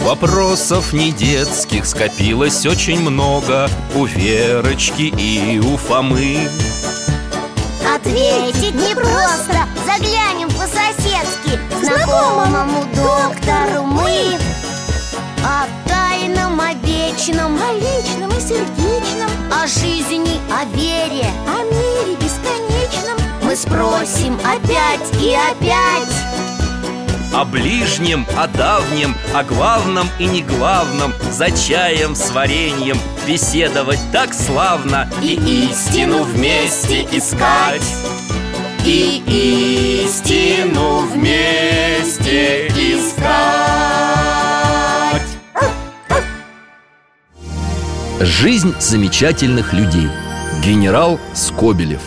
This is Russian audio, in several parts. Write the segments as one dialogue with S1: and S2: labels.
S1: Вопросов не детских скопилось очень много У Верочки и у Фомы
S2: Ответить непросто Заглянем по-соседски Знакомому доктору мы О тайном, о вечном
S3: О личном и сердечном,
S2: О жизни, о вере
S3: о мире бесконечном
S2: Мы спросим опять и опять
S1: О ближнем, о давнем, о главном и не главном За чаем с вареньем беседовать так славно
S2: И истину вместе искать.
S1: И истину вместе искать Жизнь замечательных людей Генерал Скобелев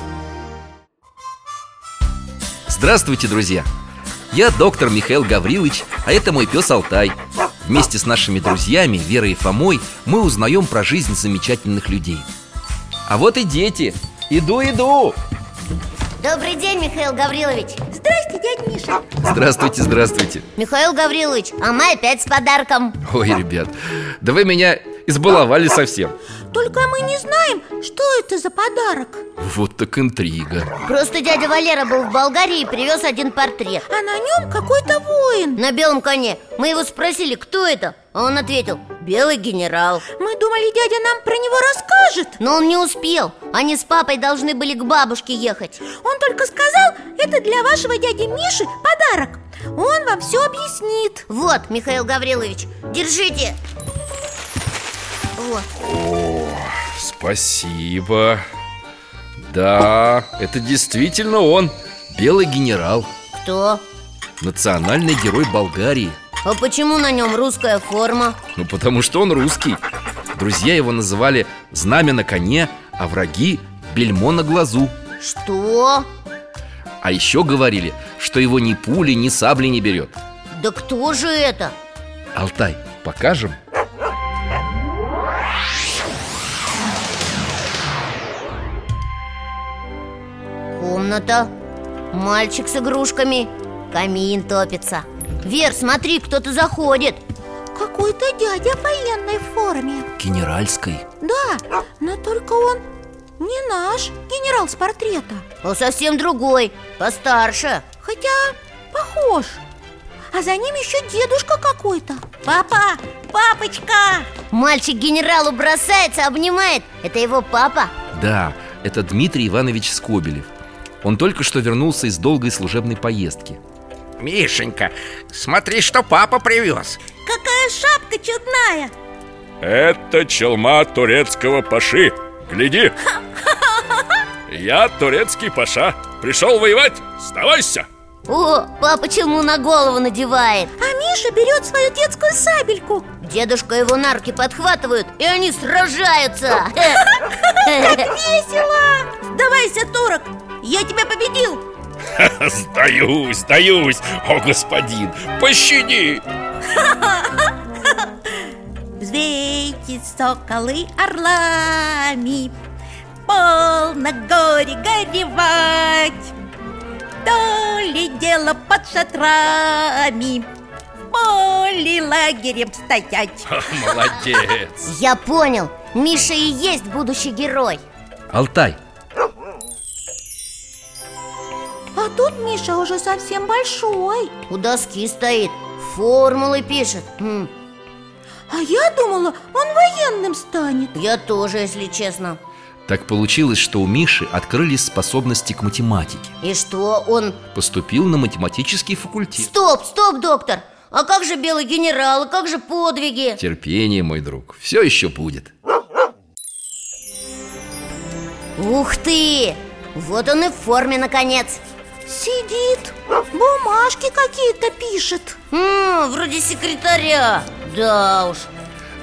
S1: Здравствуйте, друзья! Я доктор Михаил Гаврилович, а это мой пес Алтай Вместе с нашими друзьями Верой и Фомой мы узнаем про жизнь замечательных людей А вот и дети! Иду, иду!
S2: Добрый день, Михаил Гаврилович
S3: Здрасте, дядь Миша
S1: Здравствуйте, здравствуйте
S2: Михаил Гаврилович, а мы опять с подарком
S1: Ой, ребят, да вы меня избаловали совсем
S3: Только мы не знаем, что это за подарок
S1: Вот так интрига
S2: Просто дядя Валера был в Болгарии и привез один портрет
S3: А на нем какой-то воин
S2: На белом коне Мы его спросили, кто это? А он ответил, белый генерал
S3: Мы думали, дядя нам про него расскажет
S2: Но он не успел Они с папой должны были к бабушке ехать
S3: Он только сказал, это для вашего дяди Миши подарок Он вам все объяснит
S2: Вот, Михаил Гаврилович, держите Вот,
S1: О, спасибо Да, это действительно он Белый генерал
S2: кто?
S1: Национальный герой Болгарии
S2: А почему на нем русская форма?
S1: Ну, потому что он русский Друзья его называли «Знамя на коне», а враги «Бельмо на глазу»
S2: Что?
S1: А еще говорили, что его ни пули, ни сабли не берет
S2: Да кто же это?
S1: Алтай, покажем?
S2: Комната Мальчик с игрушками Камин топится Вер, смотри, кто-то заходит
S3: Какой-то дядя в военной форме
S1: Генеральской
S3: Да, но только он не наш генерал с портрета
S2: Он совсем другой, постарше
S3: Хотя похож А за ним еще дедушка какой-то Папа, папочка
S2: Мальчик генералу бросается, обнимает Это его папа
S1: Да, это Дмитрий Иванович Скобелев Он только что вернулся из долгой служебной поездки
S4: Мишенька, смотри, что папа привез
S3: Какая шапка чудная
S5: Это челма турецкого паши Гляди Я турецкий паша Пришел воевать, сдавайся
S2: О, папа челму на голову надевает
S3: А Миша берет свою детскую сабельку
S2: Дедушка его на руки подхватывают И они сражаются
S3: Весело! Сдавайся, турок! Я тебя победил!
S5: Сдаюсь, сдаюсь, о господин, пощади
S3: Взвейте соколы орлами Полно горе горевать То ли дело под шатрами В поле лагерем стоять
S5: Молодец
S2: Я понял, Миша и есть будущий герой
S1: Алтай,
S3: А тут Миша уже совсем большой
S2: У доски стоит, формулы пишет Хм, М,
S3: А я думала, он военным станет
S2: Я тоже, если честно
S1: так получилось, что у Миши открылись способности к математике
S2: И что он...
S1: Поступил на математический факультет
S2: Стоп, стоп, доктор А как же белый генерал, и как же подвиги?
S1: Терпение, мой друг, все еще будет
S2: Ух ты! Вот он и в форме, наконец
S3: Сидит, бумажки какие-то пишет
S2: М, Вроде секретаря Да уж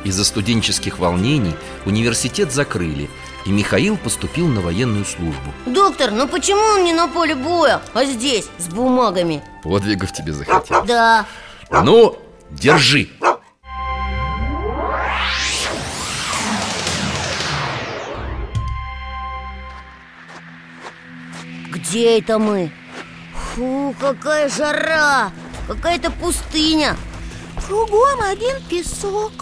S1: Из-за студенческих волнений университет закрыли И Михаил поступил на военную службу
S2: Доктор, ну почему он не на поле боя, а здесь, с бумагами?
S1: Подвигов тебе захотел
S2: Да,
S1: Ну, держи
S2: где это мы? Фу, какая жара! Какая-то пустыня
S3: Кругом один песок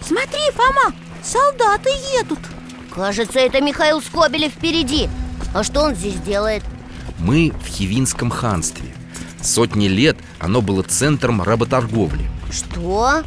S3: Смотри, Фома, солдаты едут
S2: Кажется, это Михаил Скобелев впереди А что он здесь делает?
S1: Мы в Хивинском ханстве. Сотни лет оно было центром работорговли.
S2: Что?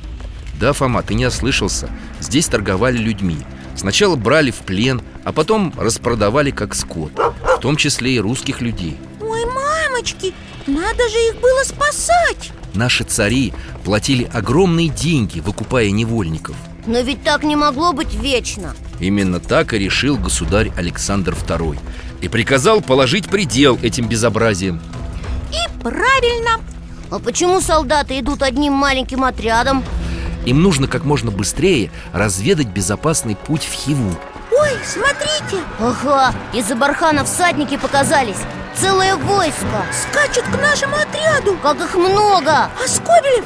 S1: Да, Фома, ты не ослышался. Здесь торговали людьми. Сначала брали в плен, а потом распродавали как скот, в том числе и русских людей.
S3: Ой, мамочки, надо же их было спасать
S1: Наши цари платили огромные деньги, выкупая невольников.
S2: Но ведь так не могло быть вечно
S1: Именно так и решил государь Александр II и приказал положить предел этим безобразиям.
S3: И правильно
S2: А почему солдаты идут одним маленьким отрядом?
S1: Им нужно как можно быстрее разведать безопасный путь в Хиву.
S3: Ой, смотрите,
S2: Ага, из-за бархана всадники показались Целое войско
S3: скачут к нашему отряду
S2: Как их много!
S3: А Скобелев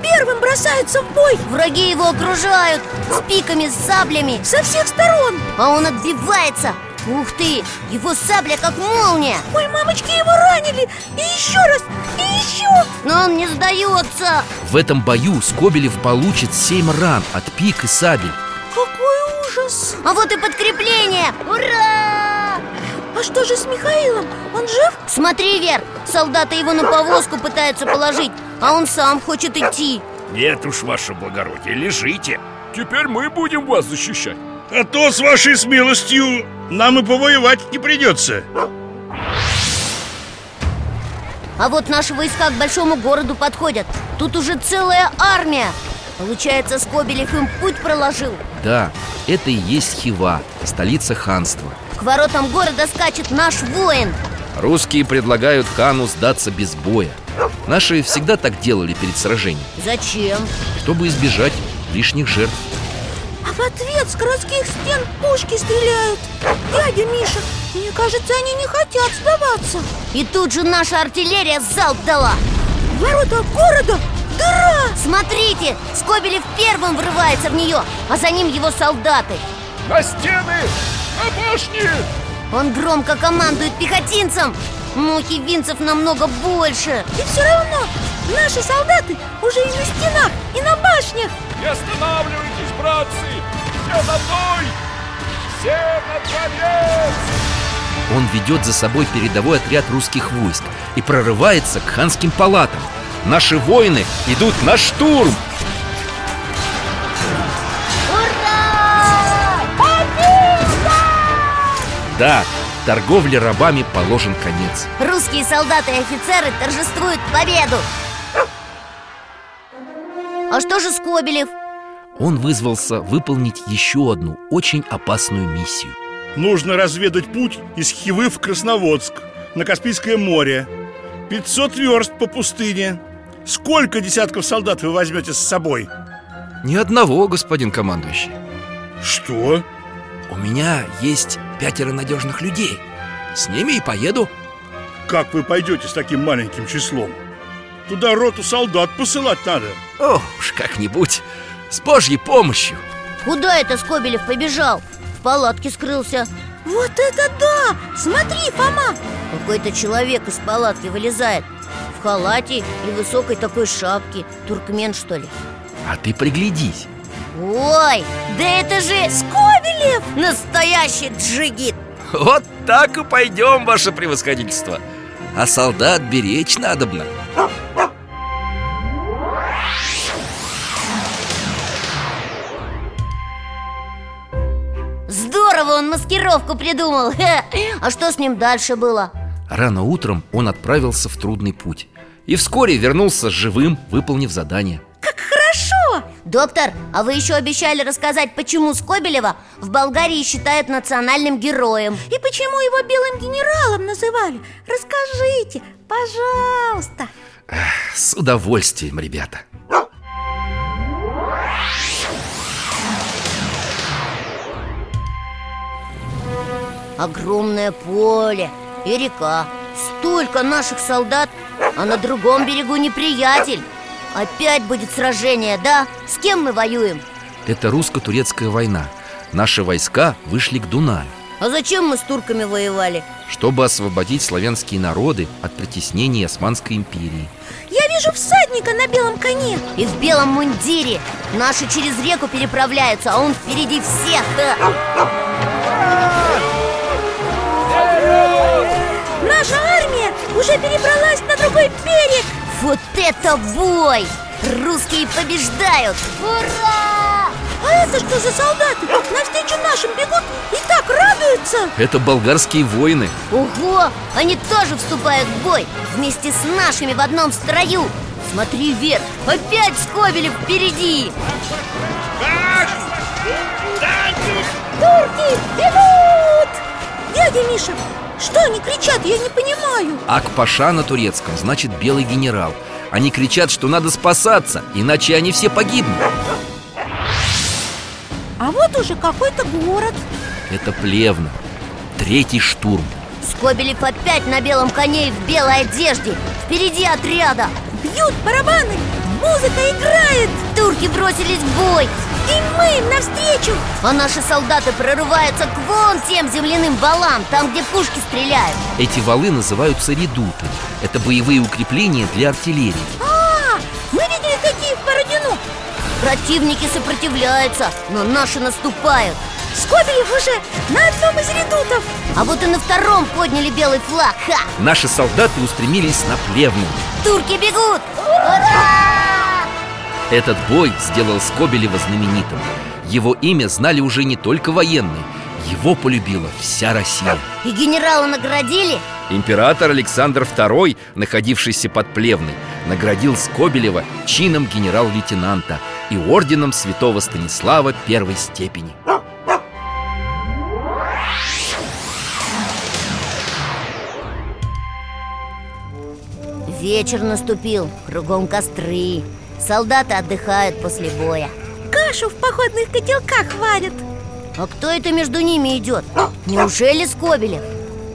S3: первым бросается в бой
S2: Враги его окружают с пиками, с саблями
S3: со всех сторон
S2: А он отбивается Ух ты, его сабля как молния
S3: Ой, мамочки, его ранили И еще раз, и еще
S2: Но он не сдается
S1: В этом бою Скобелев получит семь ран от пик и сабель.
S3: Какой ужас
S2: А вот и подкрепление Ура!
S3: А что же с Михаилом? Он жив?
S2: Смотри, Вер, солдаты его на повозку пытаются положить А он сам хочет идти
S4: Нет уж, ваше благородие, лежите
S5: Теперь мы будем вас защищать
S6: А то с вашей смелостью нам и повоевать не придется
S2: А вот наши войска к большому городу подходят Тут уже целая армия Получается, Скобелев им путь проложил
S1: Да, это и есть Хива, столица ханства.
S2: К воротам города скачет наш воин
S1: Русские предлагают хану сдаться без боя. Наши всегда так делали перед сражением,
S2: Зачем?
S1: чтобы избежать лишних жертв.
S3: А в ответ с городских стен пушки стреляют Дядя Миша, мне кажется, они не хотят сдаваться
S2: И тут же наша артиллерия залп дала
S3: В Ворота города дыра
S2: Смотрите, Скобелев первым врывается в нее, а за ним его солдаты
S5: На стены, на башни
S2: Он громко командует пехотинцам Но хивинцев намного больше
S3: И все равно наши солдаты уже и на стенах, и на башнях
S5: Не останавливайтесь, братцы Все за мной Все на дворец
S1: Он ведет за собой передовой отряд русских войск и прорывается к ханским палатам. Наши воины идут на штурм. Да, торговле рабами положен конец.
S2: Русские солдаты и офицеры торжествуют победу А что же Скобелев?
S1: Он вызвался выполнить еще одну очень опасную миссию.
S6: Нужно разведать путь из Хивы в Красноводск На Каспийское море 500 верст по пустыне Сколько десятков солдат вы возьмете с собой?
S1: Ни одного, господин командующий.
S6: Что?
S1: У меня есть пятеро надежных людей. С ними и поеду.
S6: Как вы пойдете с таким маленьким числом? Туда роту солдат посылать надо
S1: О, уж как-нибудь. С Божьей помощью.
S2: Куда это Скобелев побежал? В палатке скрылся
S3: Вот это да! Смотри, Фома,
S2: Какой-то человек из палатки вылезает В халате и высокой такой шапке Туркмен, что ли?
S1: А ты приглядись.
S2: Ой, да это же Скобелев! Настоящий джигит!
S1: Вот так и пойдем, ваше превосходительство А солдат беречь надобно
S2: Здорово он маскировку придумал! Хе. А что с ним дальше было?
S1: Рано утром он отправился в трудный путь И вскоре вернулся живым, выполнив задание
S3: как хорошо!
S2: Доктор, а вы еще обещали рассказать, почему Скобелева в Болгарии считают национальным героем
S3: И почему его белым генералом называли? Расскажите, пожалуйста
S1: С удовольствием, ребята
S2: Огромное поле и река Столько наших солдат, а на другом берегу неприятель Опять будет сражение, да? С кем мы воюем?
S1: Это русско-турецкая война Наши войска вышли к Дунаю
S2: А зачем мы с турками воевали?
S1: чтобы освободить славянские народы от притеснений Османской империи.
S3: Я вижу всадника на белом коне
S2: И в белом мундире Наши через реку переправляются, а он впереди всех э.
S3: Наша армия уже перебралась на другой берег
S2: Вот это бой! Русские побеждают! Ура!
S3: А это что за солдаты? Навстречу нашим бегут и так радуются
S1: Это болгарские войны.
S2: Ого! Они тоже вступают в бой Вместе с нашими в одном строю Смотри вверх, опять Скобелев впереди
S3: Турки бегут! Дядя Миша, что они кричат, я не понимаю
S1: Акпаша на турецком значит белый генерал. Они кричат, что надо спасаться, иначе они все погибнут.
S3: А вот уже какой-то город
S1: Это плевно. Третий штурм.
S2: Скобелев опять на белом коне и в белой одежде Впереди отряда
S3: Бьют барабаны, музыка играет
S2: Турки бросились в бой
S3: И мы им навстречу
S2: А наши солдаты прорываются к вон тем земляным валам Там, где пушки стреляют
S1: Эти валы называются редуты. Это боевые укрепления для артиллерии.
S3: А, мы видели такие в Бородино
S2: Противники сопротивляются, но наши наступают
S3: Скобелев уже на одном из редутов
S2: А вот и на втором подняли белый флаг Ха!
S1: Наши солдаты устремились на плевну.
S2: Турки бегут! Ура!
S1: Этот бой сделал Скобелева знаменитым. Его имя знали уже не только военные. Его полюбила вся Россия.
S2: И генерала наградили?
S1: Император Александр II, находившийся под Плевной, наградил Скобелева чином генерал-лейтенанта и орденом святого Станислава первой степени.
S2: Вечер наступил, кругом костры Солдаты отдыхают после боя
S3: Кашу в походных котелках варят
S2: А кто это между ними идет? Неужели Скобелев?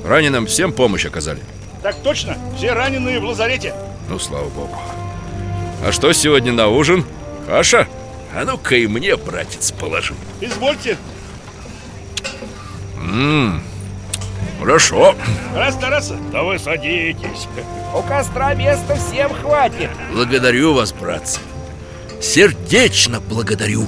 S1: Раненым всем помощь оказали.
S6: Так точно, все раненые в лазарете
S1: Ну, слава богу. А что сегодня на ужин? Каша?
S4: А ну-ка и мне, братец, положи
S6: Извольте,
S1: Хорошо.
S6: раз Тараса
S4: Да вы садитесь
S5: У костра места всем хватит
S1: Благодарю вас, братцы. Сердечно благодарю.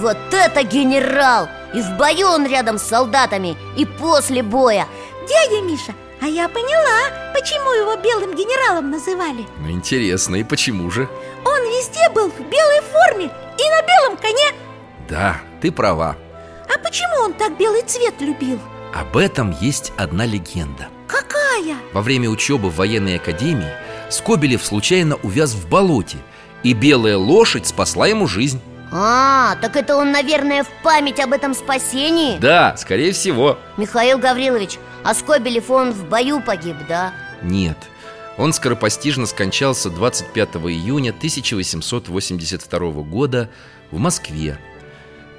S2: Вот это генерал! И в бою он рядом с солдатами, и после боя
S3: Дядя Миша, а я поняла, почему его белым генералом называли
S1: Ну, интересно, и почему же?
S3: Он везде был в белой форме и на белом коне
S1: Да, ты права.
S3: А почему он так белый цвет любил?
S1: Об этом есть одна легенда.
S3: Какая?
S1: Во время учебы в военной академии Скобелев случайно увяз в болоте, и белая лошадь спасла ему жизнь.
S2: А, так это он, наверное, в память об этом спасении?
S1: Да, скорее всего.
S2: Михаил Гаврилович, а Скобелев он в бою погиб, да?
S1: Нет. Он скоропостижно скончался 25 июня 1882 года в Москве.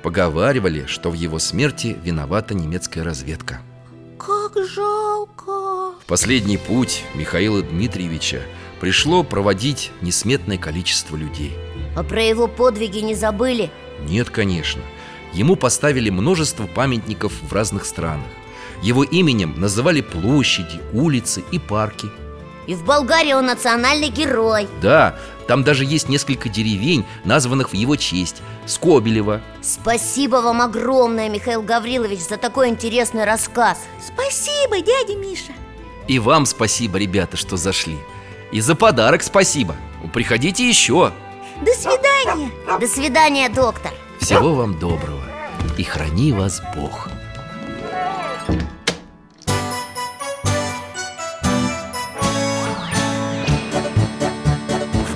S1: Поговаривали, что в его смерти виновата немецкая разведка.
S3: Как жалко
S1: В последний путь Михаила Дмитриевича пришло проводить несметное количество людей.
S2: А про его подвиги не забыли?
S1: Нет, конечно. Ему поставили множество памятников в разных странах. Его именем называли площади, улицы и парки.
S2: И в Болгарии он национальный герой
S1: Да, там даже есть несколько деревень, названных в его честь. Скобелева,
S2: Спасибо вам огромное, Михаил Гаврилович, за такой интересный рассказ
S3: Спасибо, дядя Миша
S1: И вам спасибо, ребята, что зашли И за подарок спасибо Приходите еще
S3: До свидания
S2: До свидания, доктор
S1: Всего вам доброго И храни вас Бог В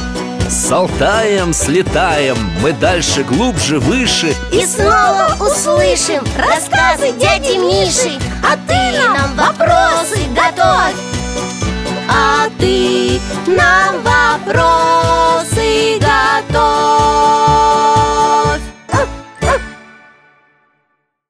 S1: С Алтаем слетаем, мы дальше, глубже, выше
S2: И снова услышим рассказы дяди Миши А ты нам вопросы готовь А ты нам вопросы